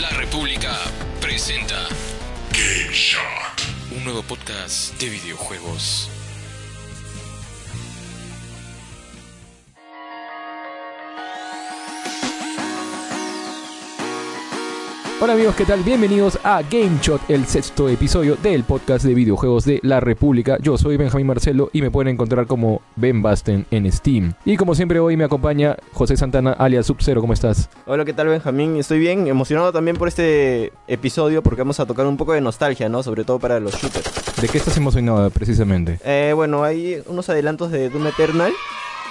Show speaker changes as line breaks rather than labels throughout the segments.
La República presenta
Game Shot.
un nuevo podcast de videojuegos.
Hola amigos, ¿qué tal? Bienvenidos a Game Shot, el sexto episodio del podcast de videojuegos de la República. Yo soy Benjamín Marcelo y me pueden encontrar como Ben Basten en Steam. Y como siempre hoy me acompaña José Santana, alias Sub-Zero, ¿cómo estás?
Hola, ¿qué tal Benjamín? Estoy bien, emocionado también por este episodio porque vamos a tocar un poco de nostalgia, ¿no? Sobre todo para los shooters.
¿De qué estás emocionado precisamente?
Eh, bueno, hay unos adelantos de Doom Eternal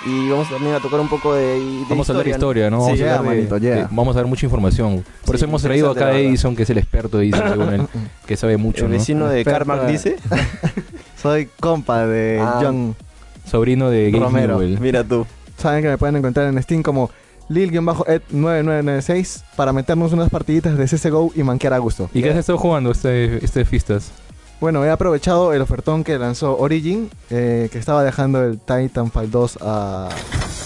y vamos también a tocar un poco de, de
Vamos a hablar de historia, ¿no?
Sí,
Vamos, a
ya,
hablar de-
manito, ya.
de- vamos a dar mucha información. Por
Sí,
eso hemos traído acá a
interesante, la
Edison, que es el experto de Edison, según él, que sabe mucho,
El
¿no?
vecino de
Espera,
Carmack
espera.
dice.
Soy compa de
Ah.
John.
Sobrino de Gabe
Romero.
Newell.
Mira tú.
Saben que me pueden encontrar en Steam como Lil-Ed9996 para meternos unas partiditas de CSGO y manquear a gusto.
¿Y qué has estado jugando este, este Fistas?
Bueno, he aprovechado el ofertón que lanzó Origin, eh, que estaba dejando el Titanfall 2 a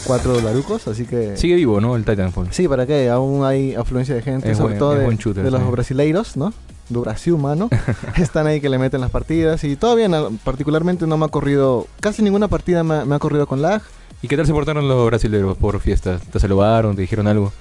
4 dolarucos, así
Eh.
que...
Sigue vivo, ¿no? El Titanfall.
Sí, ¿para qué? Aún hay afluencia de gente,
Es
sobre
buen-
todo
es
de,
buen shooter,
de los
sí.
brasileiros, ¿no? Do Brasil, mano. Están ahí que le meten las partidas y todo bien. al- Particularmente no me ha corrido... Casi ninguna partida me ha- me ha corrido con lag.
¿Y qué tal se portaron los brasileños por fiestas? ¿Te saludaron? ¿Te dijeron algo?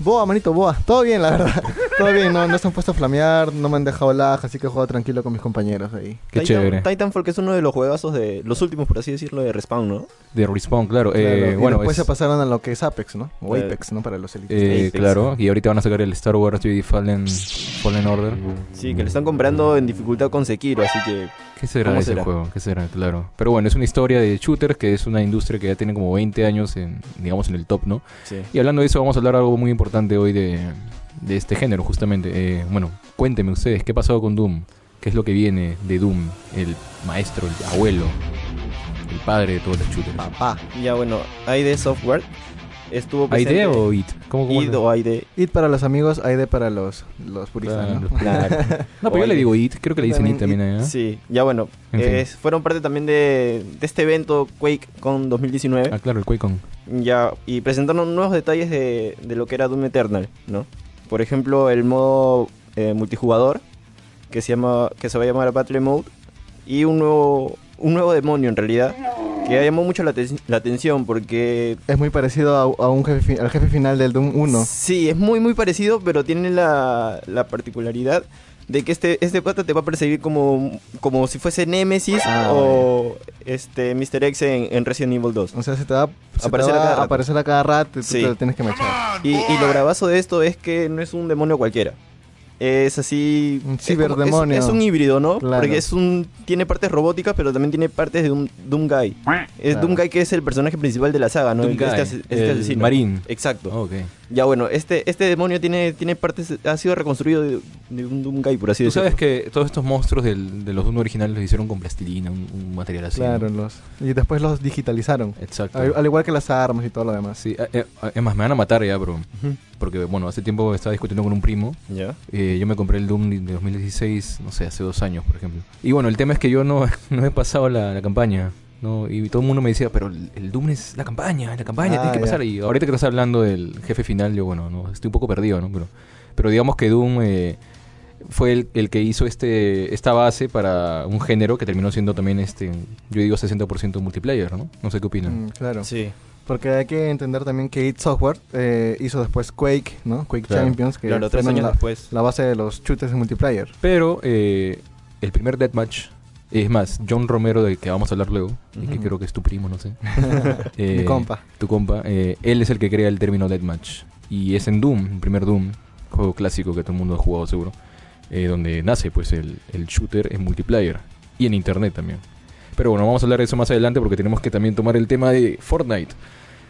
Boa, manito, boa. Todo bien, la verdad. Todo bien, no, no se han puesto a flamear, no me han dejado lag, así que he jugado tranquilo con mis compañeros ahí.
Qué
Titan-
chévere.
Titanfall, que es uno de los juegazos de los últimos, por así decirlo, de Respawn, ¿no?
De Respawn, claro.
Claro,
Eh,
y
bueno,
después
es-
se pasaron a lo que es Apex, ¿no? O
Claro.
Apex, ¿no? Para los elites.
eh,
Apex.
claro. Y ahorita van a sacar el Star Wars 3D Fallen, Fallen Order.
Sí, que le están comprando en dificultad con Sekiro, así que
¿Qué será
¿Cómo
de ese
será?
juego? ¿Qué será? Claro. Pero bueno, es una historia de shooters que es una industria que ya tiene como 20 años, en, digamos, en el top, ¿no?
sí.
Y hablando de eso, vamos a hablar algo muy importante hoy de, de este género, justamente. Eh, bueno, cuéntenme ustedes, ¿qué ha pasado con Doom? ¿Qué es lo que viene de Doom? El maestro, el abuelo, el padre de todos los shooters.
Papá.
Ya bueno, ID Software estuvo presente.
¿Idea o IT? ¿Cómo, cómo
ID o ID.
It para los amigos, ID para los, los puristas,
Claro.
¿no?
Claro.
No, pero yo
O
le
ID.
digo IT, creo que le dicen IT
También
también ¿eh? allá.
Sí, ya bueno.
En fin.
eh, fueron parte también de, de este evento Quake con 2019.
Ah, claro, el Quakecon.
Ya, y presentaron nuevos detalles de, de lo que era Doom Eternal, ¿no? Por ejemplo, el modo eh, multijugador, que se, llama, que se va a llamar Battle Mode, y un nuevo, un nuevo demonio en realidad, que llamó mucho la, aten- la atención porque...
Es muy parecido a, a un jefe fi- al jefe final del Doom 1.
Sí, es muy muy parecido, pero tiene la, la particularidad de que este, este pata te va a perseguir como, como si fuese Nemesis
Ah,
o este Mr. X en, en Resident Evil 2.
O sea, se te va, se te
Aparecer a
va
cada
a
rato.
aparecer a cada rato y tú
Sí.
te lo tienes que mechar.
Y, y lo bravazo de esto es que no es un demonio cualquiera. Es así.
Un
es como- es-
ciberdemonio.
Es, un híbrido, ¿no?
Claro.
Porque es un. Tiene partes robóticas, pero también tiene partes de un Doom Guy. Es
Claro.
Doom Guy que es el personaje principal de la saga, ¿no?
Doom
El- este
Guy,
ase-
el
este asesino.
marín.
Exacto.
Ah, ok.
Ya bueno, este, este demonio tiene, tiene partes. Ha sido reconstruido de, de un Doom Guy, por así
Tú
decirlo.
sabes que todos estos monstruos del- de los Doom originales los hicieron con plastilina, un, un material así.
Claro,
¿no?
los. Y después los digitalizaron.
Exacto.
Al, al igual que las armas y todo lo demás.
Sí, eh, eh, es más, me van a matar ya, bro. Porque, bueno, hace tiempo estaba discutiendo con un primo.
Ya.
Eh, yo me compré el Doom de 2016, no sé, hace dos años, por ejemplo. Y bueno, el tema es que yo no, no he pasado la, la campaña. ¿no? Y todo el mundo me decía, pero el, el Doom es la campaña, la campaña,
Ah,
tienes que
ya.
pasar. Y ahorita que estás hablando del jefe final, yo, bueno, no, estoy un poco perdido, ¿no? Pero, pero digamos que Doom eh, fue el, el que hizo este esta base para un género que terminó siendo también, este yo digo, 60% multiplayer, ¿no? No sé qué opinan.
Mm, claro.
Sí.
Porque hay que entender también que id Software eh, hizo después Quake, ¿no? Quake
Claro.
Champions, que
Claro, tres
fueron
años
la,
después.
la base de los chutes de multiplayer.
Pero eh, el primer deathmatch, es más, John Romero, del que vamos a hablar luego, y que
Ujú.
creo que es tu primo, no sé. Eh,
Mi compa.
Tu compa. eh, él es el que crea el término deathmatch. Y es en Doom, el primer Doom, juego clásico que todo el mundo ha jugado seguro, eh, donde nace pues el, el shooter en multiplayer y en internet también. Pero bueno, vamos a hablar de eso más adelante porque tenemos que también tomar el tema de Fortnite.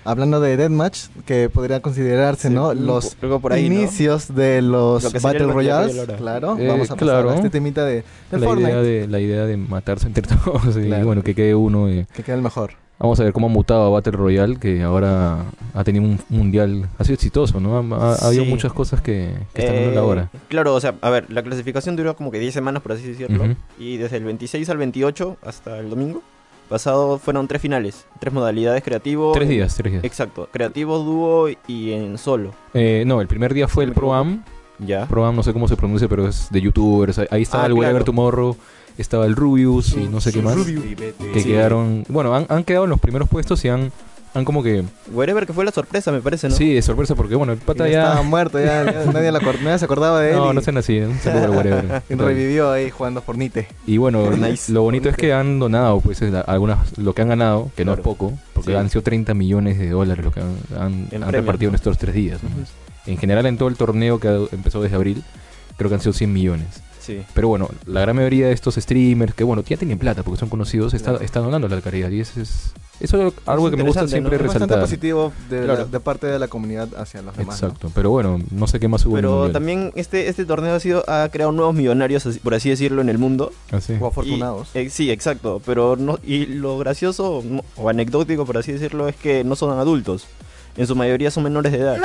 Hablando de Deathmatch, que podría considerarse,
Sí,
¿no?
un
Los
po- algo por ahí, ¿no?
inicios de los
Lo que sería el
Battle
Battle
Royales.
Royale ahora.
Claro,
Eh,
vamos a pasar
claro.
a este temita de, de
La
Fortnite.
idea de, la idea de matarse entre todos y
Claro.
bueno, que quede uno. eh,
Que queda el mejor.
Vamos a ver cómo ha mutado Battle Royale, que ahora ha tenido un mundial, ha sido exitoso, ¿no? Ha, ha- ha
Sí.
habido muchas cosas que, que están dando
Eh,
ahora.
Claro, o sea, a ver, la clasificación duró como que 10 semanas, por así decirlo.
Ujú.
Y desde el 26 al 28 hasta el domingo pasado fueron tres finales, tres modalidades: creativo.
Tres días, tres días.
Exacto, creativo, dúo y en solo.
Eh, no, el primer día fue el Pro Am,
Ya.
Program, no sé cómo se pronuncia, pero es de youtubers. Ahí- Ahí estaba
Ah,
el Whatever
claro.
Tomorrow, estaba el Rubius y no sé qué más. Que
Sí.
quedaron. Bueno, han, han quedado en los primeros puestos y han, han como que.
Wherever que fue la sorpresa, me parece, ¿no?
Sí, de sorpresa, porque bueno, el pata
Ya
ya.
Estaba muerto, ya, ya nadie, la acor- nadie se acordaba de él.
No,
y-
no sean así, ¿eh? un saludo al Whatever.
y revivió ahí jugando Fornite.
Y bueno,
Nice.
lo bonito es que han donado, pues, la- algunas, lo que han ganado, que no es
Claro.
poco, porque
Sí.
han sido 30 millones de dólares lo que han, han-
En
han
premios,
repartido en
¿no?
estos tres días. ¿no? En general, en todo el torneo que ha- empezó desde abril, creo que han sido 100 millones.
Sí.
Pero bueno, la gran mayoría de estos streamers, que bueno, ya tienen plata porque son conocidos, está-
Claro.
están donando a la caridad. Y eso es, eso es algo que me gusta
interesante,
siempre
¿no?
Es bastante
resaltar.
positivo de,
Claro.
la- de parte de la comunidad hacia los demás. ¿no?
Exacto, pero bueno, no sé qué más hubo. en el
Pero
mundial.
también este, este torneo ha, sido, ha creado nuevos millonarios, así- por así decirlo, en el mundo.
Ah, sí.
O afortunados.
Y- eh, sí, exacto. Pero no, y lo gracioso no- o anecdótico, por así decirlo, es que no son adultos. En su mayoría son menores de edad.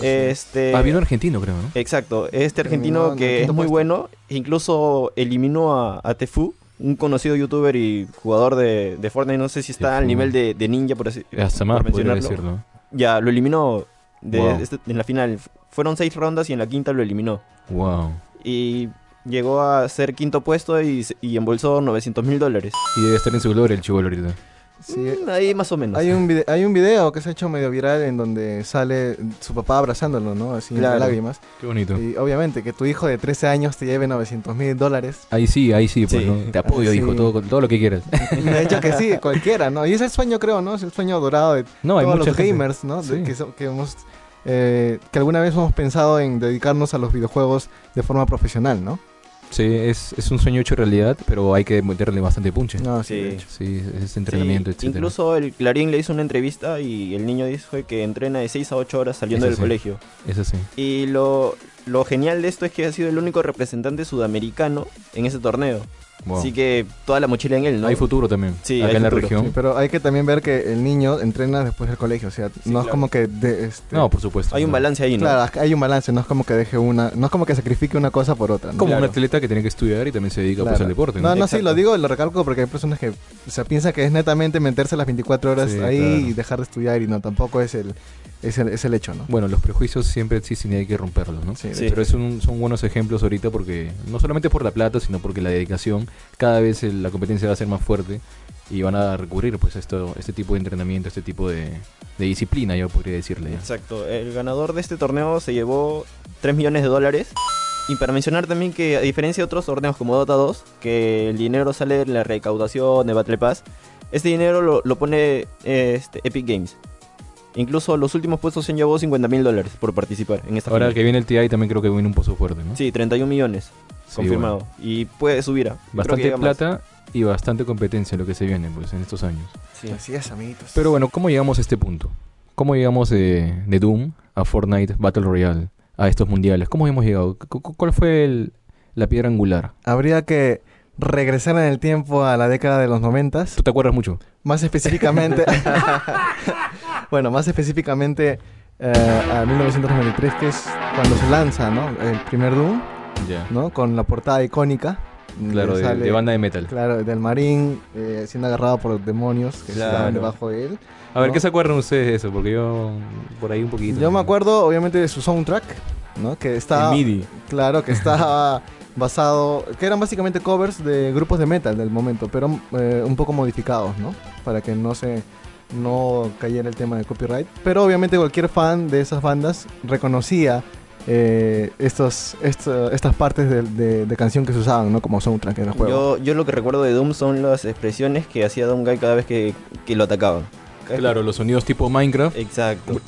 Este,
Ah, vino argentino, creo, ¿no?
exacto. Este
Terminó
argentino
en el
que es
quinto
muy
puesto.
bueno, incluso eliminó a, a Tefú, un conocido youtuber y jugador de, de Fortnite. No sé si está
Tefú.
al nivel de, de ninja, por así
Hasta
eh, por
más, podría
mencionarlo.
decir, ¿no?
Ya, lo eliminó de
Wow.
este- en la final. Fueron seis rondas y en la quinta lo eliminó.
Wow.
Y llegó a ser quinto puesto y, se- y embolsó 900 mil dólares.
Y debe estar en su gloria el chivolo ahorita.
Sí,
Mm, ahí más o menos.
Hay un, vide- hay un video que se ha hecho medio viral en donde sale su papá abrazándolo, ¿no? Así
Claro.
entre lágrimas.
Qué bonito.
Y obviamente que tu hijo de 13 años te lleve 900 mil dólares.
Ahí sí, ahí sí, pues,
Sí.
¿no? Te apoyo,
Ahí sí.
hijo, todo, todo lo que quieras.
De hecho que sí, cualquiera, ¿no? Y ese es el sueño, creo, ¿no? Es el sueño dorado de
No, hay
todos
mucha
los
gente.
gamers, ¿no? De-
Sí.
que, so- que hemos... eh, que alguna vez hemos pensado en dedicarnos a los videojuegos de forma profesional, ¿no?
Sí, es, es un sueño hecho realidad, pero hay que meterle bastante punche.
No,
Sí.
de hecho.
Sí, es- es
Sí,
entrenamiento, etcétera.
Incluso el Clarín le hizo una entrevista y el niño dijo que entrena de 6 a 8 horas saliendo
Eso
del
sí.
colegio.
Es así.
Y lo, lo genial de esto es que ha sido el único representante sudamericano en ese torneo.
Wow.
Así que toda la mochila en él, ¿no?
Hay futuro también.
Sí,
acá
hay
en la
futuro,
región.
Sí, pero hay que también ver que el niño entrena después del colegio, o sea, no es
claro.
como que... de- este,
No, por supuesto.
Hay un
no.
balance ahí, ¿no?
Claro, hay un balance, no es como que deje una, no es como que sacrifique una cosa por otra. ¿no?
Como
Claro.
un atleta que tiene que estudiar y también se dedica pues,
Claro.
al deporte.
No, no, sí,
Exacto.
lo digo, lo recalco porque hay personas que o sea, piensan que es netamente meterse las 24 horas
Sí,
ahí
claro.
y dejar de estudiar y no, tampoco es el, es el, es el hecho, ¿no?
Bueno, los prejuicios siempre existen y hay que romperlos, ¿no?
Sí, de
Sí.
hecho.
Pero es un- son buenos ejemplos ahorita porque no solamente por la plata, sino porque la dedicación, cada vez el- la competencia va a ser más fuerte y van a recurrir pues a esto, este tipo de entrenamiento, este tipo de, de disciplina, yo podría decirle. ya.
Exacto. El ganador de este torneo se llevó 3 millones de dólares. Y para mencionar también que, a diferencia de otros torneos como Dota 2, que el dinero sale de la recaudación de Battle Pass, este dinero lo, lo pone eh, este, Epic Games. Incluso los últimos puestos se han llevado 50 mil dólares por participar en esta
Ahora
final.
que viene el TI también creo que viene un pozo fuerte, ¿no?
Sí, 31 millones,
Sí,
confirmado.
bueno.
Y puede subir a... creo que
Bastante
llega más.
plata y bastante competencia lo que se viene pues en estos años.
Sí.
Así es, amiguitos.
Pero bueno, ¿cómo llegamos a este punto? ¿Cómo llegamos de, de Doom a Fortnite Battle Royale, a estos mundiales? ¿Cómo hemos llegado? ¿Cu- cu- ¿Cuál fue el- la piedra angular?
Habría que regresar en el tiempo a la década de los noventas,
¿Tú te acuerdas mucho?
más específicamente... bueno, más específicamente eh, a 1993, que es cuando se lanza, ¿no? El primer Doom,
Ya.
¿no? Con la portada icónica.
Claro, de,
Sale-
de banda de metal.
Claro, del marín eh, siendo agarrado por los demonios que
Claro.
estaban debajo de él.
A ver,
¿no?
¿qué se acuerdan ustedes de eso? Porque yo por ahí un poquito.
Yo me acuerdo, obviamente, de su soundtrack, ¿no? Que
El
estaba.
MIDI.
Claro, que estaba basado. que eran básicamente covers de grupos de metal del momento, pero eh, un poco modificados, ¿no? Para que no se. no cayera el tema de copyright. Pero obviamente cualquier fan de esas bandas reconocía. eh, estos, esto- estas partes de, de- de canción que se usaban, ¿no? Como soundtrack en el juego.
Yo, yo lo que recuerdo de Doom son las expresiones que hacía Doom Guy cada vez que, que lo atacaban.
eh.
Cada-
Claro, Uh. los sonidos tipo Minecraft.
Exacto.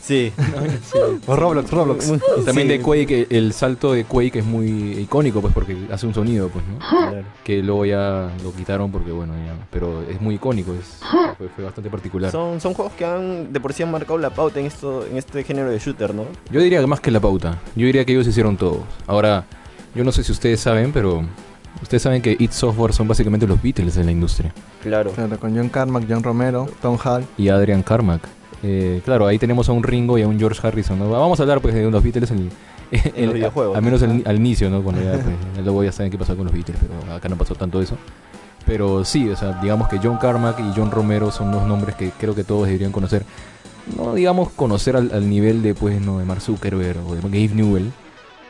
Sí.
O Pues Roblox, Roblox.
Y también
Sí.
de Quake, el salto de Quake es muy icónico, pues, porque hace un sonido, pues, ¿no?
Claro.
Que luego ya lo quitaron porque, bueno, ya. Pero es muy icónico, es, fue, fue bastante particular.
Son, son juegos que han de por sí han marcado la pauta en esto en este género de shooter, ¿no?
Yo diría que más que la pauta. Yo diría que ellos hicieron todo. Ahora, yo no sé si ustedes saben, pero ustedes saben que id Software son básicamente los Beatles de la industria.
Claro.
Claro, con John Carmack, John Romero, Tom Hall.
y Adrian Carmack. Eh, claro, ahí tenemos a un Ringo y a un George Harrison. ¿no? Vamos a hablar pues de los Beatles en, en-
En los videojuegos.
Al menos al, al inicio, ¿no? Cuando ya, pues, luego ya saben qué pasó con los Beatles, pero acá no pasó tanto eso. Pero sí, o sea, digamos que John Carmack y John Romero son dos nombres que creo que todos deberían conocer. No digamos conocer al, al nivel de, pues, no, de Mark Zuckerberg o de Gabe Newell,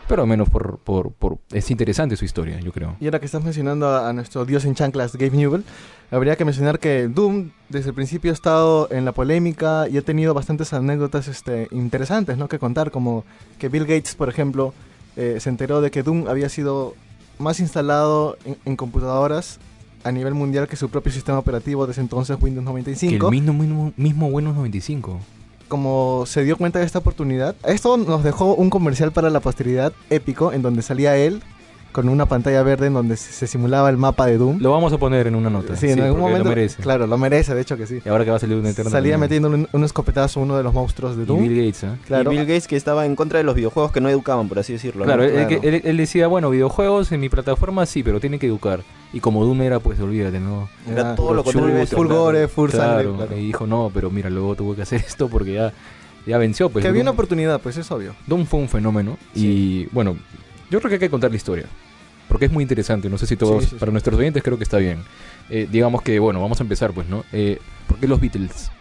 Pero al menos por, por, por- es interesante su historia, yo creo.
Y ahora que estás mencionando a, a nuestro dios en chanclas, Gabe Newell, habría que mencionar que Doom desde el principio ha estado en la polémica y ha tenido bastantes anécdotas este, interesantes ¿no? que contar, como que Bill Gates, por ejemplo, eh, se enteró de que Doom había sido más instalado en, en computadoras a nivel mundial que su propio sistema operativo desde entonces Windows
Que
95.
el mismo, mismo, mismo Windows 95.
como se dio cuenta de esta oportunidad, esto nos dejó un comercial para la posteridad épico en donde salía él con una pantalla verde en donde se se simulaba el mapa de Doom.
Lo vamos a poner en una nota.
Sí, en algún
porque
momento.
Lo merece.
Claro, lo merece, de hecho que sí.
Y ahora que va a salir un internet.
Salía
también.
metiendo un, un escopetazo a uno de los monstruos de
Y Bill
Doom.
Gates, ¿eh?
Claro,
Y Bill Gates que estaba en contra de los videojuegos que no educaban, por así decirlo. ¿no?
Claro, él-
claro.
Él, él decía, bueno, videojuegos en mi plataforma sí, pero tiene que educar. Y como Doom era, pues olvídate, ¿no?
Era todo lo
Los
contrario. de
chubos,
eso,
full
claro.
gore, full sangre.
Claro,
claro.
Y dijo, no, pero mira, luego tuvo que hacer esto porque ya, ya venció. Pues,
que había una
Doom,
oportunidad, pues es obvio.
Doom fue un fenómeno. Y bueno, yo creo que hay que contar la historia. Porque es muy interesante. No sé si todos,
Sí, sí, sí.
para nuestros oyentes, creo que está bien. Eh, digamos que, bueno, vamos a empezar, pues, ¿no? Eh, ¿Por qué los Beatles?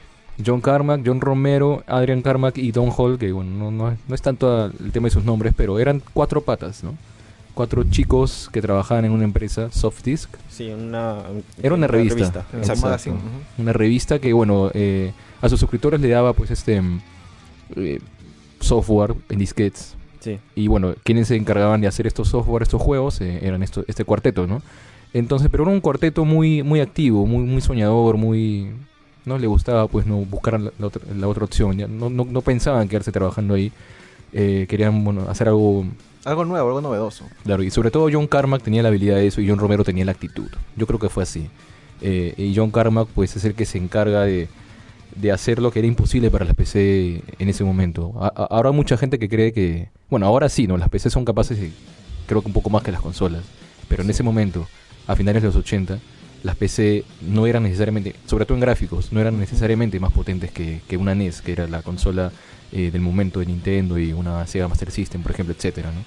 John Carmack, John Romero, Adrian Carmack y Don Hall, que bueno, no, no es, no es tanto a- el tema de sus nombres, pero eran cuatro patas, ¿no? Cuatro chicos que trabajaban en una empresa, Softdisk,
Sí, una.
Era una revista.
En el
exacto.
magazine,
Exacto.
ujú.
una revista que, bueno, eh, a sus suscriptores le daba, pues, este mm, eh, software en disquetes,
Sí.
Y bueno, quienes se encargaban de hacer estos software, estos juegos, eh, eran esto, este cuarteto, ¿no? Entonces, pero era un cuarteto muy, muy activo, muy, muy soñador, muy... No le gustaba, pues, no buscar la, la otra, la otra opción. ya no, no, no pensaban quedarse trabajando ahí. Eh, querían, bueno, hacer algo...
Algo nuevo, algo novedoso.
Claro, y sobre todo John Carmack tenía la habilidad de eso y John Romero tenía la actitud. Yo creo que fue así. Eh, y John Carmack, pues, es el que se encarga de, de hacer lo que era imposible para las PC en ese momento. A- a- ahora mucha gente que cree que... Bueno, ahora sí, ¿no? Las PC son capaces, y creo que un poco más que las consolas. Pero en ese momento, a finales de los 80, las PC no eran necesariamente, sobre todo en gráficos, no eran necesariamente más potentes que, que una NES, que era la consola eh, del momento de Nintendo y una Sega Master System, por ejemplo, etcétera, ¿no?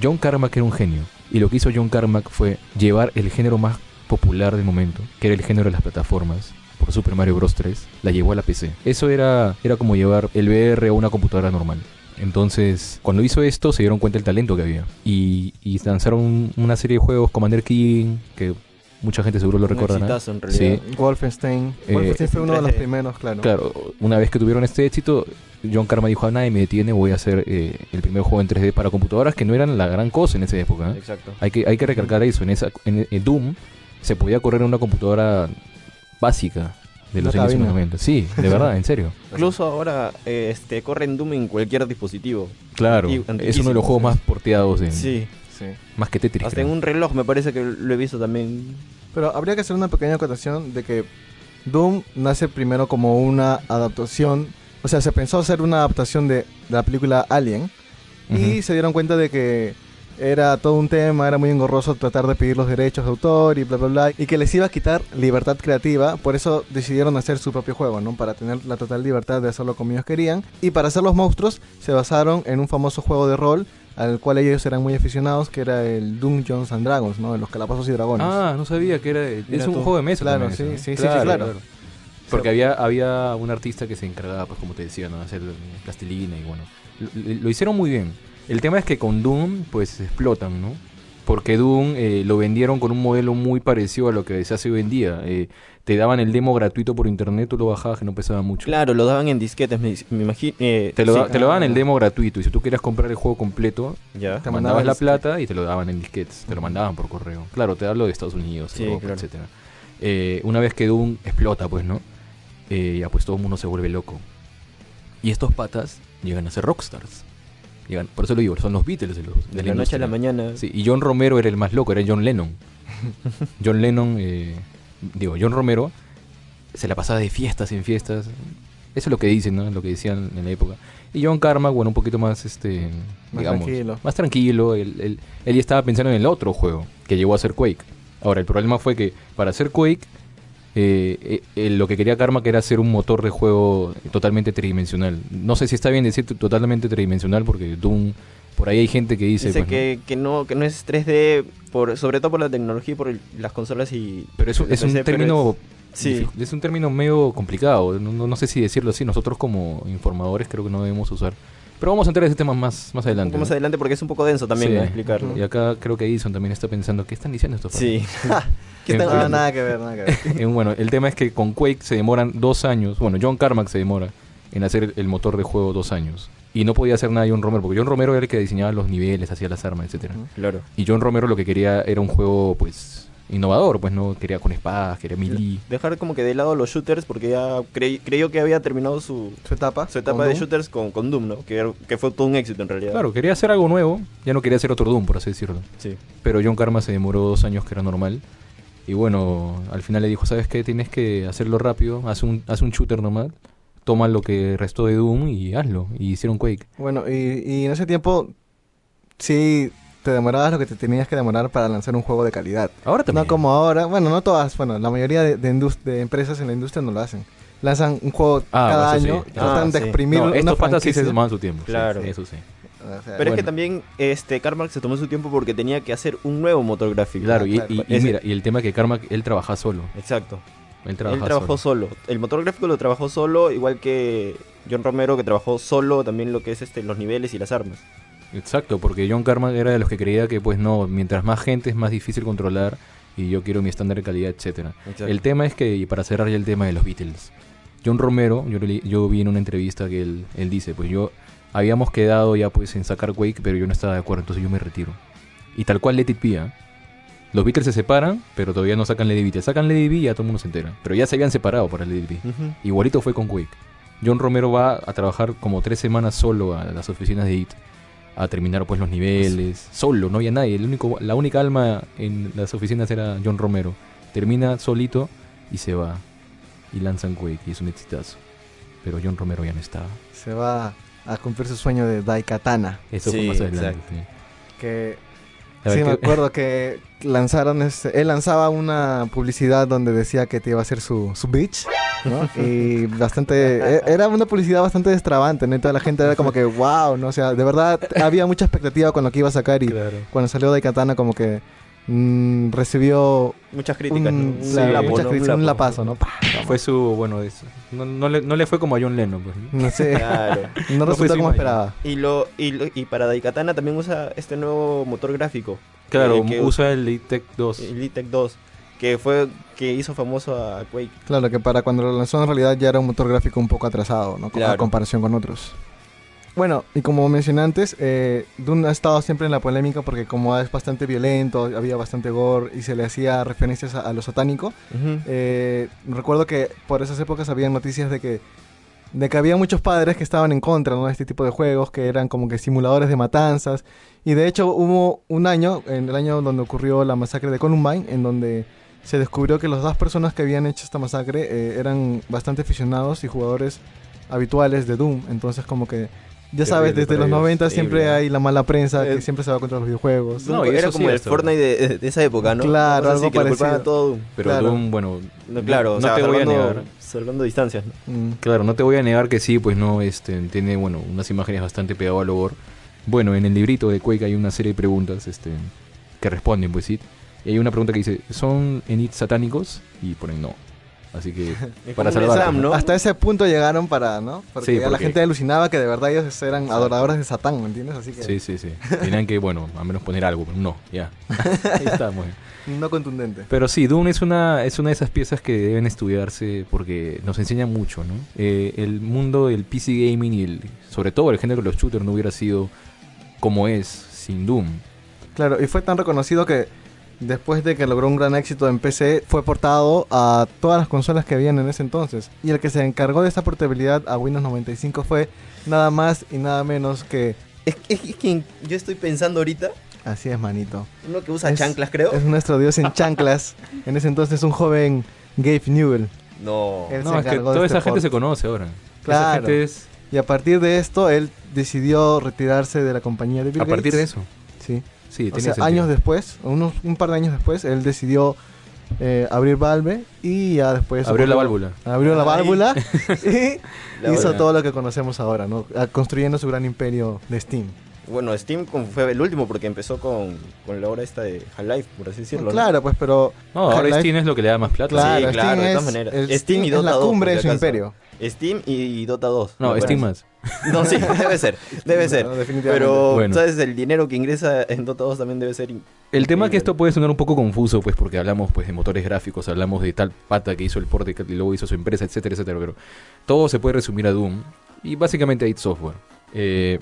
John Carmack era un genio. Y lo que hizo John Carmack fue llevar el género más popular del momento, que era el género de las plataformas, por Super Mario Bros. 3, la llevó a la PC. Eso era, era como llevar el VR a una computadora normal. Entonces, cuando hizo esto, se dieron cuenta del talento que había. Y, y lanzaron una serie de juegos, Commander King, que mucha gente seguro lo
Un
recordará.
exitazo, en
Sí.
realidad.
Wolfenstein.
Eh,
Wolfenstein fue uno de los
3D.
primeros, claro.
Claro, una vez que tuvieron este éxito, John Carmack dijo, a nadie me detiene, voy a hacer eh, el primer juego en 3D para computadoras, que no eran la gran cosa en esa época. ¿eh?
Exacto.
Hay que, hay que recalcar eso. En esa en, en Doom se podía correr en una computadora básica de
Una
los años
cabina.
90. Sí, de verdad, en serio.
Incluso ahora eh, este, corren Doom en cualquier dispositivo.
Claro,
Antiguo-
es uno de los
antiquísimo.
juegos más porteados, en-
Sí.
Sí.
más que Tetris.
Hasta
creo.
en un reloj me parece que lo he visto también.
Pero habría que hacer una pequeña acotación de que Doom nace primero como una adaptación, o sea, se pensó hacer una adaptación de, de la película Alien y
Ujú.
se dieron cuenta de que era todo un tema, era muy engorroso tratar de pedir los derechos de autor y bla bla bla y que les iba a quitar libertad creativa, por eso decidieron hacer su propio juego, ¿no? Para tener la total libertad de hacerlo como ellos querían y para hacer los monstruos se basaron en un famoso juego de rol al cual ellos eran muy aficionados, que era el Dungeons and Dragons, ¿no? Los calabozos y dragones.
Ah, no sabía que era. Es
Mira
un
tú.
juego de mesa.
Claro,
también,
sí,
eso, ¿no?
sí, sí, sí, claro.
Porque había, había un artista que se encargaba, pues como te decía, ¿no? de hacer plastilina y bueno. Lo, lo hicieron muy bien. El tema es que con Doom, pues explotan, ¿no? Porque Doom eh, lo vendieron con un modelo muy parecido a lo que se hace hoy en día. Eh, te daban el demo gratuito por internet, tú lo bajabas, que no pesaba mucho.
Claro, lo daban en disquetes, me, me imagino. eh,
Te lo,
sí.
da- te lo daban el demo gratuito y si tú querías comprar el juego completo,
Ya.
Te
te
mandaban
mandabas la
disquete.
plata y te lo daban en disquetes, te lo mandaban por correo. Claro, te hablo de Estados Unidos,
Sí,
Europa,
claro.
etcétera. Eh, una vez que Doom explota, pues, ¿no? Eh, ya pues todo el mundo se vuelve loco. Y estos patas llegan a ser rockstars. Llegan, por eso lo digo, son los Beatles de, los, de
De
la
la noche a la
industria.
mañana.
Sí, y John Romero era el más loco, era John Lennon. John Lennon, eh, digo, John Romero se la pasaba de fiestas en fiestas. Eso es lo que dicen, ¿no? Lo que decían en la época. Y John Carmack, bueno, un poquito más, este,
Más
digamos,
tranquilo.
más tranquilo. Él, él- él ya estaba pensando en el otro juego que llegó a ser Quake. Ahora, el problema fue que para hacer Quake, eh, eh, eh, lo que quería Carmack era hacer un motor de juego totalmente tridimensional. No sé si está bien decir totalmente tridimensional porque Doom, por ahí hay gente que dice...
Dice
pues, ¿no?
que, que no, que no es 3D, por, sobre todo por la tecnología y por el- las consolas y...
Pero es, un-
la
es un
PC, pero
término.
es- sí.
difícil, Es un término medio complicado. No, no- no sé si decirlo así. Nosotros, como informadores, creo que no debemos usar Pero vamos a entrar en ese tema más, más
Un
adelante.
poco más
¿no?
adelante porque es un poco denso también
Sí.
¿no? explicarlo.
Y acá creo que Edison también está pensando, ¿qué están diciendo estos
Sí.
¿Qué están-
En fin.
ah, nada que ver, nada que ver.
Eh, bueno, el tema es que con Quake se demoran dos años. Bueno, John Carmack se demora en hacer el motor de juego dos años. Y no podía hacer nada John Romero, porque John Romero era el que diseñaba los niveles, hacía las armas, etcétera.
claro.
Y John Romero lo que quería era un juego, pues, innovador, pues no quería con espadas, quería melee.
Dejar como que de lado los shooters porque ya creí- creyó que había terminado su,
Su etapa.
su etapa
con
de
Doom.
shooters con, con Doom, ¿no? Que, era- que fue todo un éxito en realidad.
Claro, Eh, quería hacer algo nuevo, ya no quería hacer otro Doom, por así decirlo.
Sí.
Pero John Karma se demoró dos años, que era normal. Y bueno, al final le dijo, ¿sabes qué? Tienes que hacerlo rápido, haz un, haz un shooter normal, toma lo que restó de Doom y hazlo. Y hicieron Quake.
Bueno, y, y en ese tiempo sí te demorabas lo que te tenías que demorar para lanzar un juego de calidad.
Ahora también.
No como ahora, bueno, no todas, bueno, la mayoría de, de indus- de empresas en la industria no lo hacen. Lanzan un juego
Ah,
cada
eso sí.
año,
Ah,
tratan de
sí.
exprimir
No,
una
estos patas sí se
franquicia.
tomaban su tiempo. sí,
Claro.
sí, eso sí.
O sea,
Pero es
bueno,
que
Bueno.
también este Carmack se tomó su tiempo porque tenía que hacer un nuevo motor gráfico.
Claro, y,
claro.
y- y
Ese-
mira, y el tema que Karma, él trabaja solo.
Exacto.
Él trabaja
Él trabajó
solo.
solo. El motor gráfico lo trabajó solo, igual que John Romero que trabajó solo también lo que es este los niveles y las armas.
Exacto, porque John Karma era de los que creía que, pues no, mientras más gente es más difícil controlar y yo quiero mi estándar de calidad, etcétera.
Exacto.
El tema es que, y para cerrar ya el tema de los Beatles, John Romero, yo, le- yo vi en una entrevista que él, él dice, pues yo habíamos quedado ya pues en sacar Quake, pero yo no estaba de acuerdo, entonces yo me retiro. Y tal cual Let It Be, ¿ah? Los Beatles se separan, pero todavía no sacan Lady Beatles. Sacan Lady B y ya todo el mundo se entera. Pero ya se habían separado para Lady B.
Ujú.
Igualito fue con Quake. John Romero va a trabajar como tres semanas solo a las oficinas de IT. A terminar pues los niveles. Solo, no había nadie. El único, la única alma en las oficinas era John Romero. Termina solito y se va. Y lanzan Quake y es un exitazo. Pero John Romero ya no estaba.
se va a cumplir su sueño de Daikatana,
Eso
Sí,
fue más adelante.
exacto.
sí.
que
A ver,
sí
¿qué-
me acuerdo que lanzaron este, él lanzaba una publicidad donde decía que te iba a hacer su, su bitch, ¿no? Y bastante e- era una publicidad bastante destrabante, ¿no? Y toda la gente era como que wow, no, o sea, de verdad había mucha expectativa con lo que iba a sacar y cuando salió de Katana como que mm, recibió
Muchas críticas, ¿no?
un, la-
Un
muchas
lapo, ¿no? Un
críticas, un
lapo.
lapazo, ¿no? Pa,
fue su... Bueno, eso. No, no le, no le fue como a John Lennon. Pues. ¿no?
No sé,
Claro.
fue
no resultó
su
como
imagen.
esperaba.
Y, lo, y, lo- y para Daikatana también usa este nuevo motor gráfico.
Claro,
eh, que
usa el Tech 2.
El E-Tech 2, que fue que hizo famoso a Quake.
Claro, que para cuando lo lanzó en realidad ya era un motor gráfico un poco atrasado, ¿no? Con- A
Claro.
comparación con otros. Bueno, y como mencioné antes, eh, Dune ha estado siempre en la polémica porque como es bastante violento, había bastante gore y se le hacía referencias a, a lo satánico, eh, recuerdo que por esas épocas había noticias de que de que había muchos padres que estaban en contra ¿no? de este tipo de juegos, que eran como que simuladores de matanzas. Y de hecho hubo un año, en el año donde ocurrió la masacre de Columbine, en donde se descubrió que las dos personas que habían hecho esta masacre eh, eran bastante aficionados y jugadores habituales de Doom. Entonces como que, ya sabes,
Terrible
desde
para
los
ellos,
90 siempre
terrible.
hay la mala prensa que
Eh,
siempre se va contra los videojuegos.
No, y
era
eso
como
sí,
el
esto.
Fortnite de, de- de esa época, ¿no?
Claro,
Una cosa así,
algo
que lo culpaban
parecido.
a todo.
Pero
Claro.
Doom, bueno...
No, claro,
no
o sea,
te voy a
salvando-
negar.
Salvando distancias, ¿no?
Mm.
Claro, no te voy a negar que sí, pues no, este, tiene, bueno, unas imágenes bastante pegado al horror. Bueno, en el librito de Quake hay una serie de preguntas, este, que responden, pues sí. Y hay una pregunta que dice, ¿son en it satánicos? Y ponen no. Así que,
Es
para
como un
salvar.
exam, ¿no?
Hasta ese punto llegaron para, ¿no? Porque,
pues. Sí,
ya la
porque-
gente alucinaba que de verdad ellos eran adoradores de Satán, ¿me entiendes? Así que
Sí, sí, sí. Tenían que, bueno, al menos poner algo, pero no, ya. Ahí estamos.
no contundente.
Pero sí, Dune es una, es una de esas piezas que deben estudiarse porque nos enseña mucho, ¿no? Eh, el mundo del PC gaming y el, sobre todo el género de los shooters no hubiera sido como es sin Doom.
Claro, y fue tan reconocido que después de que logró un gran éxito en PC, fue portado a todas las consolas que habían en ese entonces. Y el que se encargó de esa portabilidad a Windows 95 fue nada más y nada menos que...
Es, que- es que yo estoy pensando ahorita,
Así es, manito.
uno que usa
Es-
chanclas, creo.
Es nuestro dios en chanclas. en ese entonces un joven Gabe Newell.
No.
Él
No,
se
es que
encargó de
toda
este
esa gente
port.
se conoce ahora. Esa
Claro.
gente es
Y a partir de esto, él decidió retirarse de la compañía de Bill
a partir
Gates.
de eso.
Sí.
Sí,
O
tiene
sea,
sentido.
años después, unos, un par de años después, él decidió eh, abrir Valve y ya después...
abrió la
ocurrió-
válvula.
Abrió la
Ay.
válvula y
La
hizo
verdad.
todo lo que conocemos ahora, ¿no? A- Construyendo su gran imperio de Steam.
Bueno, Steam con- fue el último porque empezó con, con la hora esta de Half-Life, por así decirlo. ¿no?
claro, pues, pero...
No, ahora
Half-Life-
Steam es lo que le da más plata.
Claro,
Sí, claro, de
Steam,
todas
es,
maneras.
el
Steam
Steam
y
es
Dota
la
2,
cumbre
por si
de su
acaso.
imperio.
Steam y Dota 2.
No,
Bueno,
Steam más.
No, sí, debe ser, debe ser.
No, definitivamente.
Pero,
Bueno.
¿sabes? El dinero que ingresa en Dota 2 también debe ser... in-
El tema es que
Increíble.
Eh,
esto puede sonar un poco confuso, pues, porque hablamos pues de motores gráficos, hablamos de tal pata que hizo el porte que luego hizo su empresa, etcétera, etcétera. Pero todo se puede resumir a Doom. Y básicamente hay software. Eh,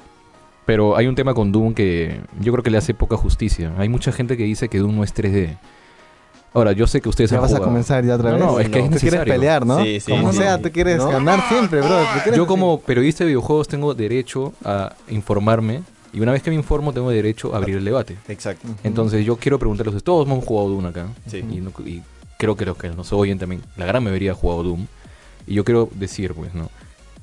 pero hay un tema con Doom que yo creo que le hace poca justicia. Hay mucha gente que dice que Doom no es 3D. Ahora, yo sé que ustedes
Ya
han
vas a
jugado.
comenzar ya otra
No,
vez.
no, es que
Tú
es
quieres
necesario.
pelear, ¿no?
Sí, sí,
Como
sí.
sea, tú quieres
No.
ganar siempre, bro. Tú quieres-
Yo como periodista de videojuegos tengo derecho a informarme. Y una vez que me informo, tengo derecho a abrir el debate.
Exacto.
Entonces yo quiero preguntarles, a ustedes, todos hemos jugado Doom acá.
Sí.
Y, no- y creo que los que nos oyen también, la gran mayoría ha jugado Doom. Y yo quiero decir, pues, ¿no?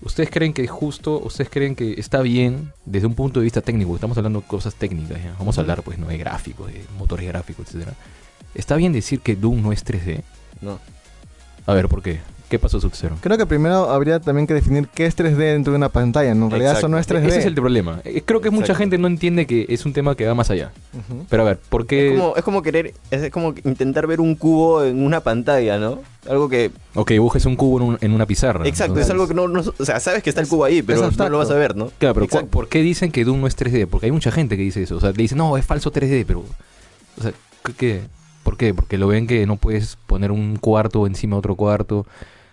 ¿Ustedes creen que es justo? ¿Ustedes creen que está bien desde un punto de vista técnico? Estamos hablando de cosas técnicas, ¿ya? Vamos a hablar, pues, ¿no? De gráficos, de motores gráficos, etcétera. ¿Está bien decir que Doom no es 3D?
No.
A ver, ¿por qué? ¿Qué pasó, Sub-Zero?
Creo que primero habría también que definir qué es 3D dentro de una pantalla. ¿no? En realidad eso no es 3D.
Ese es el problema. Eh, Creo que mucha
Exacto.
gente no entiende que es un tema que va más allá.
Ujú.
Pero a ver, ¿por qué...?
Es como, es como querer, es es como intentar ver un cubo en una pantalla, ¿no? Algo que,
Ok, dibujes un cubo en, un- en una pizarra.
exacto,
¿no?
es algo que no, no- o sea, sabes que está el cubo ahí, pero no
abstracto.
lo vas a ver, ¿no?
Claro, pero cu-
Exacto.
¿por qué dicen que Doom no es 3D? Porque hay mucha gente que dice eso. O sea, le dicen, no, es falso 3D, pero. O sea, ¿qué- ¿qué? ¿Por qué? Porque lo ven que no puedes poner un cuarto encima de otro cuarto.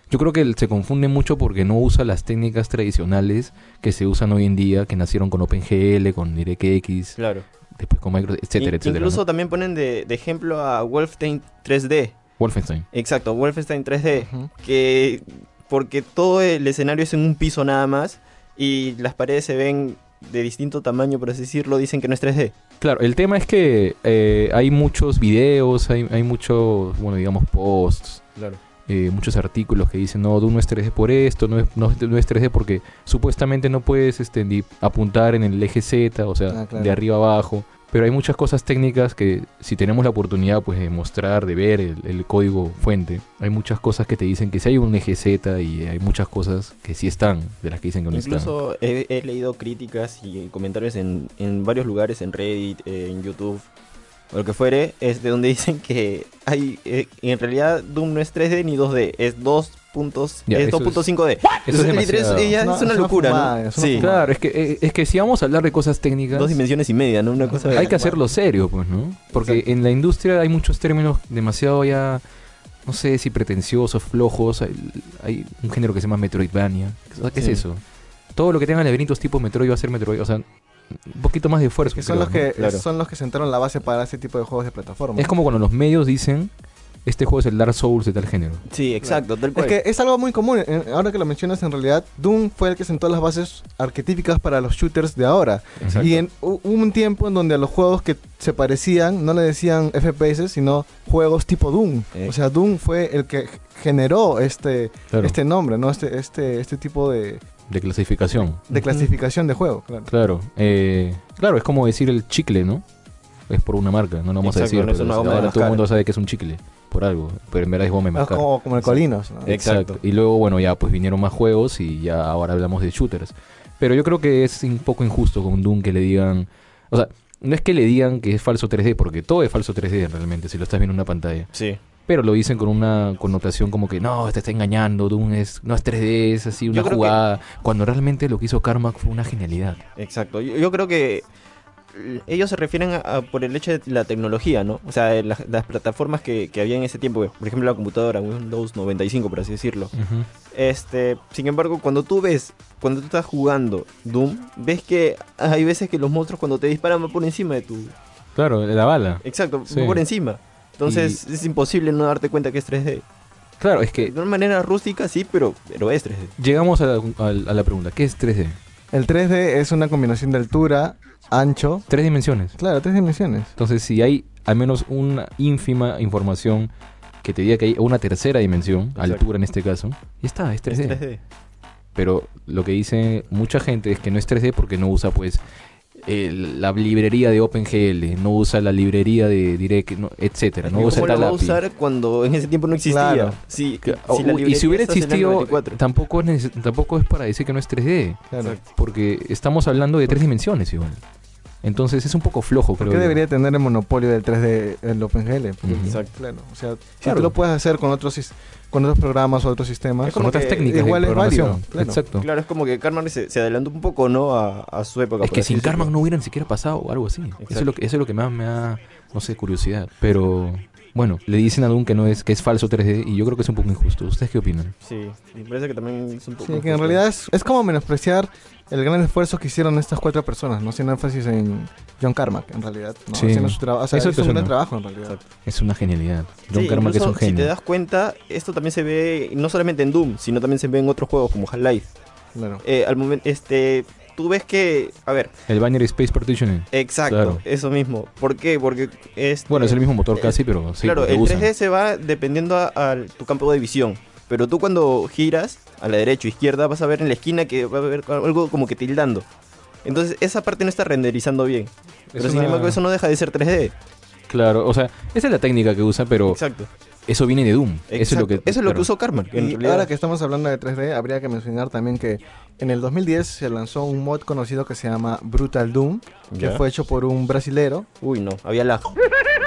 Yo creo que él se confunde mucho porque no usa las técnicas tradicionales que se usan hoy en día, que nacieron con OpenGL, con DirectX,
Claro.
después con Microsoft, etcétera,
In-
etcétera.
Incluso
¿no?
también ponen de, de ejemplo a Wolfenstein 3D.
Wolfenstein.
Exacto, Wolfenstein 3D.
Ujú.
Que porque todo el escenario es en un piso nada más y las paredes se ven de distinto tamaño, por así decirlo, dicen que no es 3D.
Claro, el tema es que eh, hay muchos videos, hay, hay muchos, bueno, digamos, posts,
Claro.
eh, muchos artículos que dicen, no, Doom no es 3D por esto, no es, no, es- no es 3D porque supuestamente no puedes este, ni apuntar en el eje Z, o sea,
Ah, claro.
de arriba abajo. Pero hay muchas cosas técnicas que si tenemos la oportunidad pues, de mostrar, de ver el, el código fuente, hay muchas cosas que te dicen que si hay un eje Z y hay muchas cosas que sí están, de las que dicen que no están.
Incluso he, he leído críticas y comentarios en, en varios lugares, en Reddit, eh, en YouTube, o lo que fuere, es de donde dicen que hay, eh, en realidad Doom no es 3D ni 2D, es 2.5D.
Ya, eso es- Eso es demasiado.
es,
No,
una
es una
locura,
fumada,
¿no?
es una
Sí.
fumada.
Claro, es que, eh, es que si vamos a hablar de cosas técnicas,
Dos dimensiones y media, ¿no? Una cosa
hay que hacerlo serio, pues, ¿no? Porque
Exacto.
en la industria hay muchos términos demasiado ya, no sé si pretenciosos, flojos. Hay, hay un género que se llama Metroidvania. O sea, ¿Qué
Sí.
es eso? Todo lo que tenga laberintos tipo Metroid va a ser Metroid. O sea, un poquito más de esfuerzo.
Que son,
creo,
los
¿no?
que,
Claro.
son los que sentaron la base para ese tipo de juegos de plataforma.
Es como cuando los medios dicen, este juego es el Dark Souls de tal género.
Sí, exacto, tal
Es
cual.
que es algo muy común. eh, Ahora que lo mencionas, en realidad, Doom fue el que sentó las bases arquetípicas para los shooters de ahora.
Exacto.
Y en, hu- hubo un tiempo en donde a los juegos que se parecían no le decían FPS, sino juegos tipo Doom.
Eh.
O sea, Doom fue el que generó este,
Claro,
este nombre, ¿no? Este, este, este tipo de,
de clasificación.
de
Ujú.
clasificación de juego. claro.
Claro, eh, claro, es como decir el chicle, ¿no? Es por una marca, no lo vamos
Exacto,
a decir.
no es
pero
una goma de
ahora todo el
mascar.
mundo sabe que es un chicle, por algo. Pero en verdad es goma de
Es
mascar.
Ah, como, como el Colinos, ¿no?
Eh.
Exacto.
Exacto.
Y luego, bueno, ya pues vinieron más juegos y ya ahora hablamos de shooters. Pero yo creo que es un poco injusto con Doom que le digan. O sea, no es que le digan que es falso 3D, porque todo es falso 3D realmente, si lo estás viendo en una pantalla.
Sí.
Pero lo dicen con una connotación como que no, te está engañando, Doom es, no es 3D, es así una
creo que-
jugada. Cuando realmente lo que hizo Carmack fue una genialidad.
Exacto. Yo, yo creo que l- ellos se refieren a, a por el hecho de la tecnología, ¿no? O sea, de las, las plataformas que, que había en ese tiempo, por ejemplo la computadora, Windows 95, por así decirlo. Este, sin embargo, cuando tú ves, cuando tú estás jugando Doom, ves que hay veces que los monstruos cuando te disparan van por encima de tu...
Claro, la bala.
Exacto, van
Sí.
por encima. Entonces es imposible no darte cuenta que es 3D.
Claro, es
De
que
una manera rústica, sí, pero, pero es 3D.
llegamos a la, a la- a la pregunta, ¿qué es 3D?
El 3D es una combinación de altura, ancho.
Tres dimensiones.
Claro, tres dimensiones.
Entonces, si hay al menos una ínfima información que te diga que hay una tercera dimensión,
Exacto.
altura en este caso, ya está, es 3D.
Es 3D.
Pero lo que dice mucha gente es que no es 3D porque no usa, pues, el- la librería de OpenGL, no usa la librería de Direct, no, etcétera, no
¿Cómo
usa
la
el
va a
API.
usar cuando en ese tiempo no existía?
Claro.
Sí,
Que-
si la
o- y
librería
si hubiera
está en el
existido,
94.
tampoco es, neces- tampoco es para decir que no es 3D,
Claro.
Exacto.
porque estamos hablando de tres dimensiones igual. Entonces es un poco flojo,
¿Por
creo
qué
yo.
debería tener el monopolio del 3D el OpenGL? Porque,
Ujú.
Exacto.
Claro, o sea, si
Claro.
tú lo puedes hacer con otros, sis- con otros programas o otros sistemas.
Es
Con
como
otras
que
técnicas de
Eh, igual es
programación.
válido, claro.
Exacto.
Claro, es como que Carmack se, se adelantó un poco, ¿no? A, a su época.
Es
por
que
así
sin
decirlo.
Karma no hubieran siquiera pasado o algo así. Eso es, lo que, eso es lo que más me da, no sé, curiosidad. Pero bueno, le dicen a Doom que no es, que es falso 3D y yo creo que es un poco injusto. ¿Ustedes qué opinan?
Sí, me parece que también es un poco.
Sí, que en realidad es, es como menospreciar el gran esfuerzo que hicieron estas cuatro personas, ¿no? Haciendo énfasis en John Carmack, en realidad. ¿no?
Sí.
Haciendo su trabajo. O sea,
Eso
hizo un gran
impresiona.
trabajo, en realidad.
Es una genialidad. John
Sí,
Karma que es
incluso,
un genio.
Si te das cuenta, esto también se ve no solamente en Doom, sino también se ve en otros juegos como Half-Life.
Claro.
Eh, al momento, este, tú ves que, a ver,
El Binary Space eh. Partitioning.
exacto,
Claro.
eso mismo. ¿Por qué? Porque es
Bueno, es el mismo motor casi, pero sí,
Eh, claro,
lo
el
usan.
3D se va dependiendo a, a tu campo de visión. Pero tú cuando giras a la derecha o izquierda vas a ver en la esquina que va a haber algo como que tildando. Entonces esa parte no está renderizando bien. Pero sin
una-
embargo eso no deja de ser 3D.
Claro, o sea, esa es la técnica que usa, pero
Exacto.
eso viene de Doom. Eso es
exacto.
lo que, claro.
usó Karma. en
Y
realidad.
ahora que estamos hablando de 3D, habría que mencionar también que en el 2010 se lanzó un mod conocido que se llama Brutal Doom, que
Ya.
fue hecho por un brasilero.
Uy, no, había lag.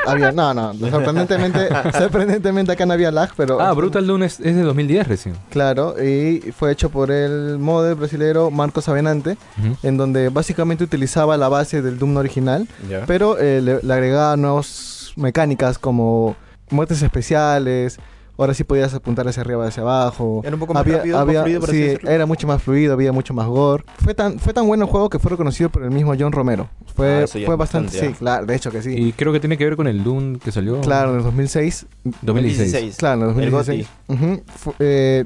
Había, no, no, sorprendentemente, sorprendentemente acá no había lag, pero...
Ah, Brutal Doom es, es de 2010 recién.
Claro, y fue hecho por el mod brasilero Marcos Avenante,
Ujú.
en donde básicamente utilizaba la base del Doom original, pero eh, le, le agregaba nuevas mecánicas como muertes especiales. Ahora sí podías apuntar hacia arriba, hacia abajo.
Era un poco más rápido, más fluido, por así
sí,
decirlo.
era mucho más fluido, había mucho más gore. Fue tan, fue tan bueno el juego que fue reconocido por el mismo John Romero.
Ah,
Fue,
eso ya
fue
es
bastante,
bastante,
sí, claro, de hecho que sí.
Y creo que tiene que ver con el Doom que salió.
claro, en el 2006
2016.
16.
Claro, en
El
2016. Ujú. Fu- eh,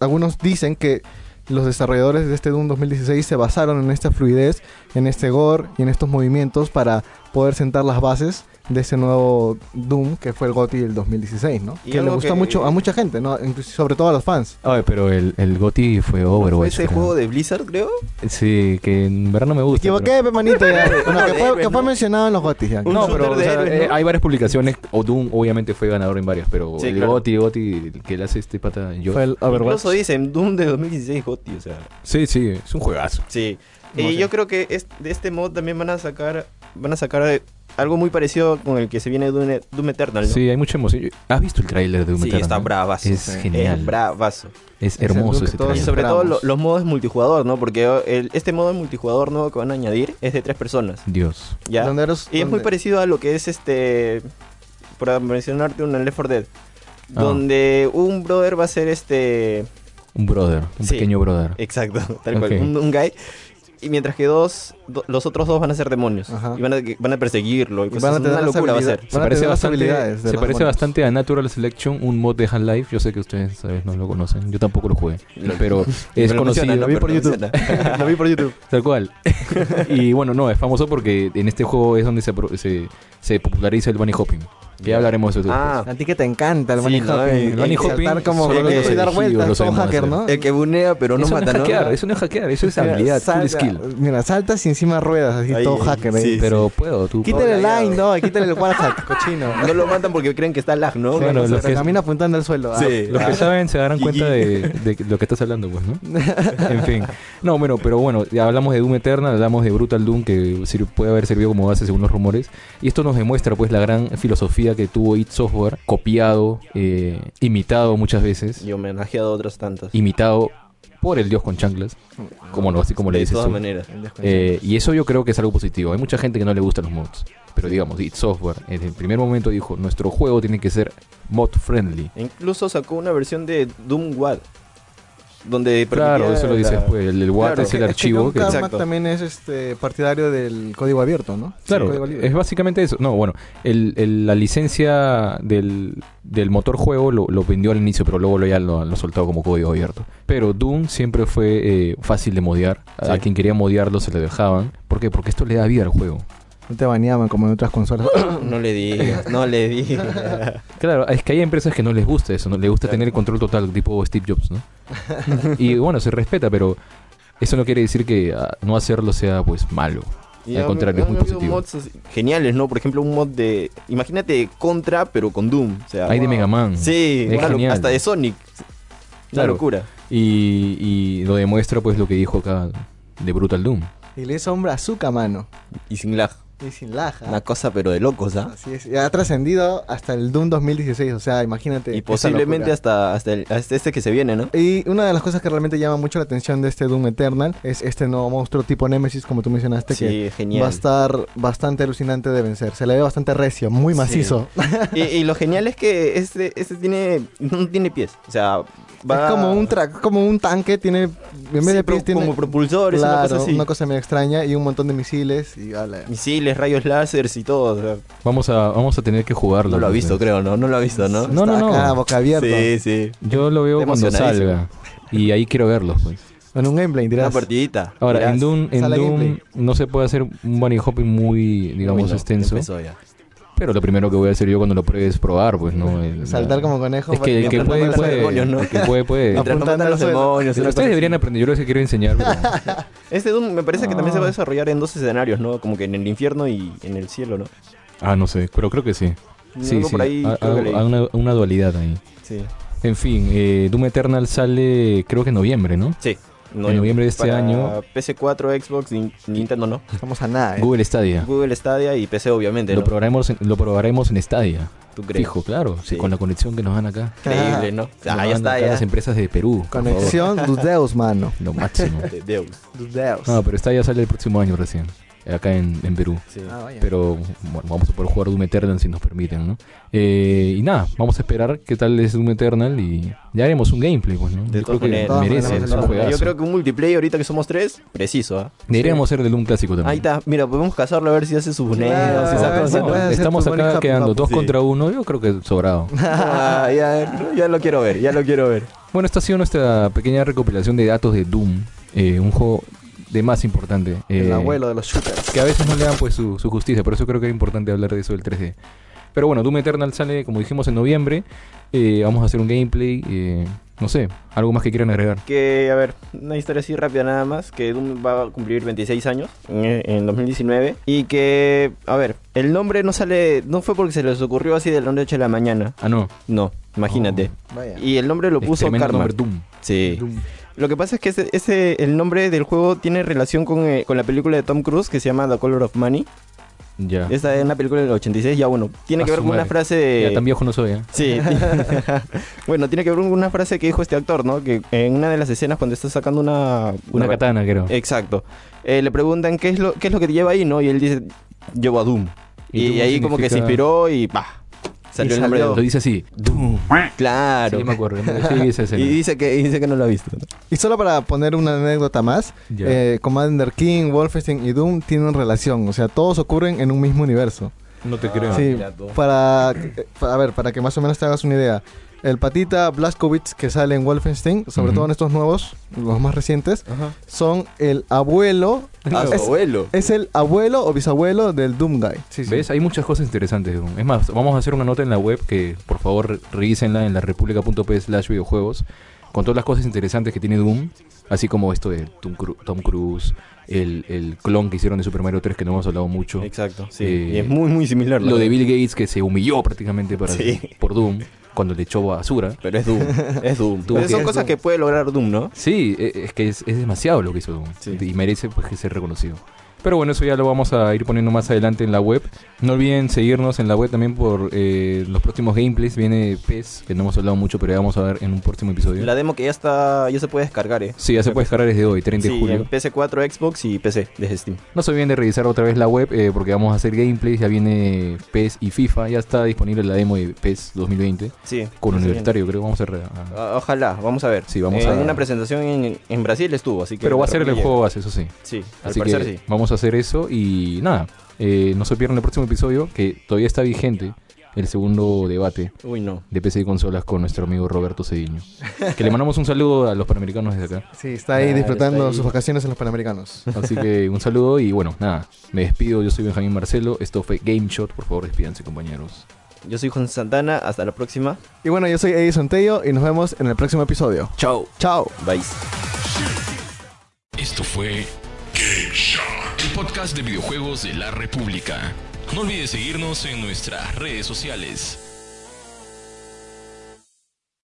algunos dicen que los desarrolladores de este Doom 2016 se basaron en esta fluidez, en este gore y en estos movimientos para poder sentar las bases de ese nuevo Doom que fue el GOTY del 2016, ¿no?
Y
Que le
algo
gustó
que- eh,
mucho a mucha gente, ¿no? Incluso- sobre todo a los fans.
Ay, pero el, el GOTY fue
¿Fue
Overwatch.
ese
creo.
juego de Blizzard, creo?
Sí, que en verdad no me
Me
gusta. pero-
equivoqué, pe, manito, ya. Bueno, que fue, que fue mencionado en los GOTY, ya.
Un
No,
shooter
pero o
de
sea,
héroes,
eh,
¿no?
hay varias publicaciones. O Doom obviamente fue ganador en varias, pero
Sí,
el
claro.
Gotti, Gotti, que le hace este pata yo.
Fue el
Incluso
Overwatch.
dicen Doom de 2016 Gotti, o sea.
Sí, sí, es un juegazo.
Sí.
No
y
sé.
yo creo que es- de este mod también van a sacar van a sacar eh, algo muy parecido con el que se viene Doom, Doom Eternal. ¿no?
Sí, hay mucha emoción. Yo- ¿Has visto el tráiler de Doom
Sí,
Eternal?
está bravazo.
Es
Sí.
genial.
Es bravazo.
es
el Doom
hermoso
que
ese
todos
Y
Bien.
tráiler.
sobre todo
Esperamos.
lo- los modos multijugador, ¿no? Porque el- este modo multijugador nuevo que van a añadir es de tres personas.
Dios.
¿ya?
¿Dónde eres-
Y es muy
dónde?
parecido a lo que es este. Por mencionarte un Left 4 Dead.
Ah.
Donde un brother va a ser este.
Un brother, un
Sí. Eh,
pequeño brother.
Exacto, tal
Ok.
cual. Un, un guy. Y mientras que dos, do- los otros dos van a ser demonios.
Ajá.
Y van a, van a perseguirlo. Y
Y
cosas.
van a tener
una
las
locura va a ser.
habilidades.
se
Van a
parece,
tener las
bastante,
habilidades de
se
los
parece
demonios.
bastante a Natural Selection, un mod de Half-Life. Yo sé que ustedes ¿sabes? no lo conocen, yo tampoco lo jugué, pero es
Pero
conocido.
funciona, ¿no?
Lo vi por
Pero
YouTube.
funciona.
Lo vi por YouTube.
Tal cual. y bueno, no, es famoso porque en este juego es donde se, apro- se, se populariza el bunny hopping. Ya hablaremos de eso.
Ah,
A ti que te encanta el
Sí,
bunny
¿no?
hopping.
El
bunny
Y saltar
hopping
como
son los
y dar
elegidos,
vueltas
los
como
sabemos
hacker,
hacer.
¿no?
el que bunea pero no
eso
mata,
no es
¿no?
hackear, eso no es hackear, eso es
Mira,
habilidad, full
salta-
skill.
Mira, saltas y encima ruedas, así
Ahí,
todo hacker. ahí.
sí.
Pero puedo, tú.
Quítale el
Hola,
line,
ya.
no, quítale el wallhack, cochino.
No lo matan porque creen que está lag, ¿no?
Claro,
Bueno,
los
se
que-
camina apuntando al suelo. ah.
Sí.
Los que saben se darán cuenta de, de lo que estás hablando, pues, ¿no? En fin. No, bueno, pero bueno, ya hablamos de Doom Eternal, hablamos de Brutal Doom, que sir- puede haber servido como base según los rumores. Y esto nos demuestra, pues, la gran filosofía que tuvo id Software, copiado, eh, imitado muchas veces,
Y homenajeado a otros tantos.
imitado por el dios con chanclas, como no, así como le
de
dices
todas
tú.
maneras.
Eh, y eso yo creo que es algo positivo. Hay mucha gente que no le gustan los mods. Pero digamos, id Software desde el primer momento dijo, nuestro juego tiene que ser mod friendly.
Incluso sacó una versión de Doom Wad. Donde
Claro,
permitía
eso lo dice
la-
después. El, el WAT
Claro,
es el
que-
archivo
que
que.
John Carmack
Exacto.
también es este partidario del código abierto, ¿no? Sí,
Claro,
código libre.
es básicamente eso. No, bueno, el- el- la licencia del, del motor juego lo, lo vendió al inicio, pero luego lo ya lo, lo soltó como código abierto. Pero Doom siempre fue eh, fácil de modear. A- A
Sí.
quien quería modearlo se le dejaban. ¿Por qué? Porque esto le da vida al juego.
No te baneaban como en otras consolas.
No le digas, no le digas.
Claro, es que hay empresas que no les gusta eso, no les gusta tener el control total, tipo Steve Jobs, ¿no? y bueno, se respeta, pero eso no quiere decir que ah, no hacerlo sea pues malo.
Y
Al
han-
contrario, es
han
muy
habido
positivo.
mods así- geniales, ¿no? Por ejemplo, un mod de. Imagínate Contra, pero con Doom. O sea,
Hay de Mega Man.
Sí,
Es
una lo-
genial.
hasta de Sonic. Una
Claro.
locura.
Y, y lo demuestra pues lo que dijo acá de Brutal Doom.
Y le hizo hombre a Zuka, mano.
Y sin lag.
Y sin laja.
Una cosa, pero de locos, ¿ah?
Así es. Y ha trascendido hasta el Doom 2016. O sea, imagínate.
Y
esa
posiblemente
locura.
hasta, hasta, el- hasta este que se viene, ¿no?
Y una de las cosas que realmente llama mucho la atención de este Doom Eternal es este nuevo monstruo tipo Nemesis, como tú
Este
mencionaste, que
Sí, genial.
va a estar bastante alucinante de vencer. Se le ve bastante recio, muy
Sí.
macizo.
Y, y lo genial es que este, este tiene, no tiene pies. O sea, va...
Es como un tra como un tanque, tiene en vez
Sí,
de
pro-
pies, tiene
como propulsores,
claro,
una cosa así.
medio extraña y un montón de misiles y ala.
Misiles, rayos láseres y todo. o sea,
Vamos a, vamos a tener que jugarlo. pues,
no lo ha
entonces.
visto, creo, ¿no? No lo ha visto, ¿no?
No, no,
Está
no.
acá, boca abierta.
Sí, sí.
Yo lo veo
Está
cuando salga.
emocionadísimo.
Y ahí quiero verlo. pues.
En un gameplay, dirás.
Una partidita.
Ahora,
Mirás.
en Doom, en
Sale
Doom
gameplay.
no se puede hacer un bunny hopping muy, digamos,
Uy, no,
extenso.
empezó ya.
Pero lo primero que voy a hacer yo cuando lo pruebe es probar, pues, ¿no? El-
Saltar
la-
como conejo.
Es que el que
para-
puede,
para-
los
puede.
demonios, ¿no?
El que puede, puede.
Mientras no
Apuntando
matan
al
los
suelo.
demonios. una cosa
Ustedes deberían
así.
aprender, yo les quiero enseñar. pero-
Este Doom me parece que también se va
Ah.
a desarrollar en dos escenarios, ¿no? Como que en el infierno y en el cielo, ¿no?
Ah, no sé, pero creo que sí. Sí,
Algo
sí.
por ahí
ha-
creo que
ha-
leí.
hay una, una dualidad ahí.
Sí.
En fin, eh, Doom Eternal sale creo que en noviembre, ¿no?
Sí.
noviembre de este
Para
año.
PC4, Xbox, Nin- Nintendo, ¿no?
Estamos a nada, eh.
Google Stadia.
Google Stadia y PC, obviamente,
Ah. Lo
¿no?
probaremos, en, lo probaremos en Stadia.
¿Tú crees?
Fijo, claro. sí,
Sí.
con la conexión que nos dan acá.
Increíble, ¿no?
Nos
Ah,
dan
ya está,
acá
ya.
Las empresas de Perú. por favor. Ah,
Conexión, tus dedos, mano.
Lo máximo.
De Deus.
Tus dedos.
No, pero Stadia sale el próximo año recién. Acá en, en Perú.
Sí.
Ah, vaya.
Pero bueno, vamos a poder jugar Doom Eternal si nos permiten, ¿no? Eh, y nada, vamos a esperar qué tal es Doom Eternal y ya haremos un gameplay, pues, ¿no?
De
Yo creo
todas
que
maneras.
merece,
De todas
es un
maneras, vamos a
juegazo.
Yo creo que un multiplayer ahorita que somos tres, preciso, ¿ah?
Deberíamos hacer del Doom clásico también.
Ahí está, mira, podemos cazarlo a ver si hace sus buneos,
Claro,
esa
claro,
cosa.
se puede. hacer
estamos
tu Bunny
acá
Hop
quedando
Hop.
dos
Sí.
contra uno, yo creo que sobrado.
Ah, ya, ya lo quiero ver, ya lo quiero ver.
Bueno, esta ha sido nuestra pequeña recopilación de datos de Doom, eh, un juego de más importante.
El
eh,
abuelo de los shooters.
Que a veces no le dan pues su, su justicia, por eso creo que es importante hablar de eso del 3D. Pero bueno, Doom Eternal sale, como dijimos, en noviembre. Eh, vamos a hacer un gameplay, eh, no sé, algo más que quieran agregar.
Que, a ver, una historia así rápida nada más, que Doom va a cumplir 26 años en, en 2019 y que, a ver, el nombre no sale, no fue porque se les ocurrió así de la noche a la mañana,
Ah, no.
no, imagínate.
Vaya.
Y el nombre lo
es
puso
tremendo
Karma.
nombre, Doom.
Sí. Lo que pasa es que ese, ese- el nombre del juego tiene relación con, eh, con la película de Tom Cruise que se llama The Color of Money.
Ya.
Esta es una película del 86, ya bueno, tiene
Ah. A
que ver
su
con una
madre.
frase de...
Ya tan viejo no soy, ¿eh?
Sí. bueno, tiene que ver con una frase que dijo este actor, ¿no? Que en una de las escenas cuando está sacando una...
Una katana, creo.
Exacto. Eh, le preguntan qué es, lo, qué es lo que te lleva ahí, ¿no? Y él dice, llevo a Doom.
Y
Y,
Doom
ahí como que se
significa-
inspiró y pa Salió el nombre de
Lo dice así. Doom.
Claro.
Ah. Sí, me acuerdo. Sí, esa escena.
y dice que, y dice que no lo ha visto. ¿no?
Y solo para poner una anécdota más,
Ya.
eh, Commander King, Wolfenstein y Doom tienen relación, o sea, todos ocurren en un mismo universo.
No te creo.
sí,
mira tú.
para, eh, para- a ver, para que más o menos te hagas una idea. El patita Blazkowicz que sale en Wolfenstein, sobre
Ujú.
todo en estos nuevos, los más recientes, son el abuelo,
A su
es,
Ah, abuelo.
es el abuelo o bisabuelo del Doom Guy. Sí, sí.
¿Ves? Hay muchas cosas interesantes. de Doom. Es más, vamos a hacer una nota en la web que por favor revísenla en la republica.p slash videojuegos con todas las cosas interesantes que tiene Doom, así como esto de Tom, Cru- Tom Cruise, el, el clon que hicieron de Super Mario 3 que no hemos hablado mucho,
Exacto. Sí.
Eh,
y es muy, muy similar. la
lo de
verdad.
Bill Gates que se humilló prácticamente para,
Sí.
por Doom cuando le echó basura.
Pero es Doom. es Doom.
Doom,
Pero
¿qué
son
es
cosas
Doom?
que puede lograr Doom, ¿no?
Sí, e- es que es, es demasiado lo que hizo Doom
Sí.
y merece pues, que ser reconocido. Pero bueno, eso ya lo vamos a ir poniendo más adelante en la web. No olviden seguirnos en la web también por eh, los próximos gameplays. Viene PES, que no hemos hablado mucho, pero ya vamos a ver en un próximo episodio.
La demo que ya está, ya se puede descargar, ¿eh?
Sí, ya se puede descargar desde hoy, 30 de
Sí,
julio.
en PC4, Xbox y PC desde Steam.
No se olviden de revisar otra vez la web eh, porque vamos a hacer gameplays. Ya viene PES y FIFA. Ya está disponible la demo de PES 2020
Sí.
con
sí. Ah,
Universitario. Creo que vamos a... re- a-
O- Ojalá, vamos a ver.
Sí, vamos
en
a ver.
una presentación en, en Brasil estuvo, así que.
Pero va a ser el
llega.
juego base, eso sí.
Sí, al
Así
parecer
que
sí.
vamos a hacer eso y nada, eh, no se pierdan el próximo episodio que todavía está vigente el segundo debate
Uy, no.
de PC y consolas con nuestro amigo Roberto Cediño. Que le mandamos un saludo a los panamericanos desde acá.
Sí, está ahí
Claro,
disfrutando
está ahí.
sus vacaciones en los Panamericanos.
Así que un saludo y bueno, nada, me despido, yo soy Benjamín Marcelo, esto fue Game Shot, por favor despídanse compañeros.
Yo soy Juan Santana, hasta la próxima.
Y bueno, yo soy Edison Tello y nos vemos en el próximo episodio.
Chao.
Chao.
Bye.
Esto fue
Game Shot.
el podcast de videojuegos de la República. No olvides seguirnos en nuestras redes sociales.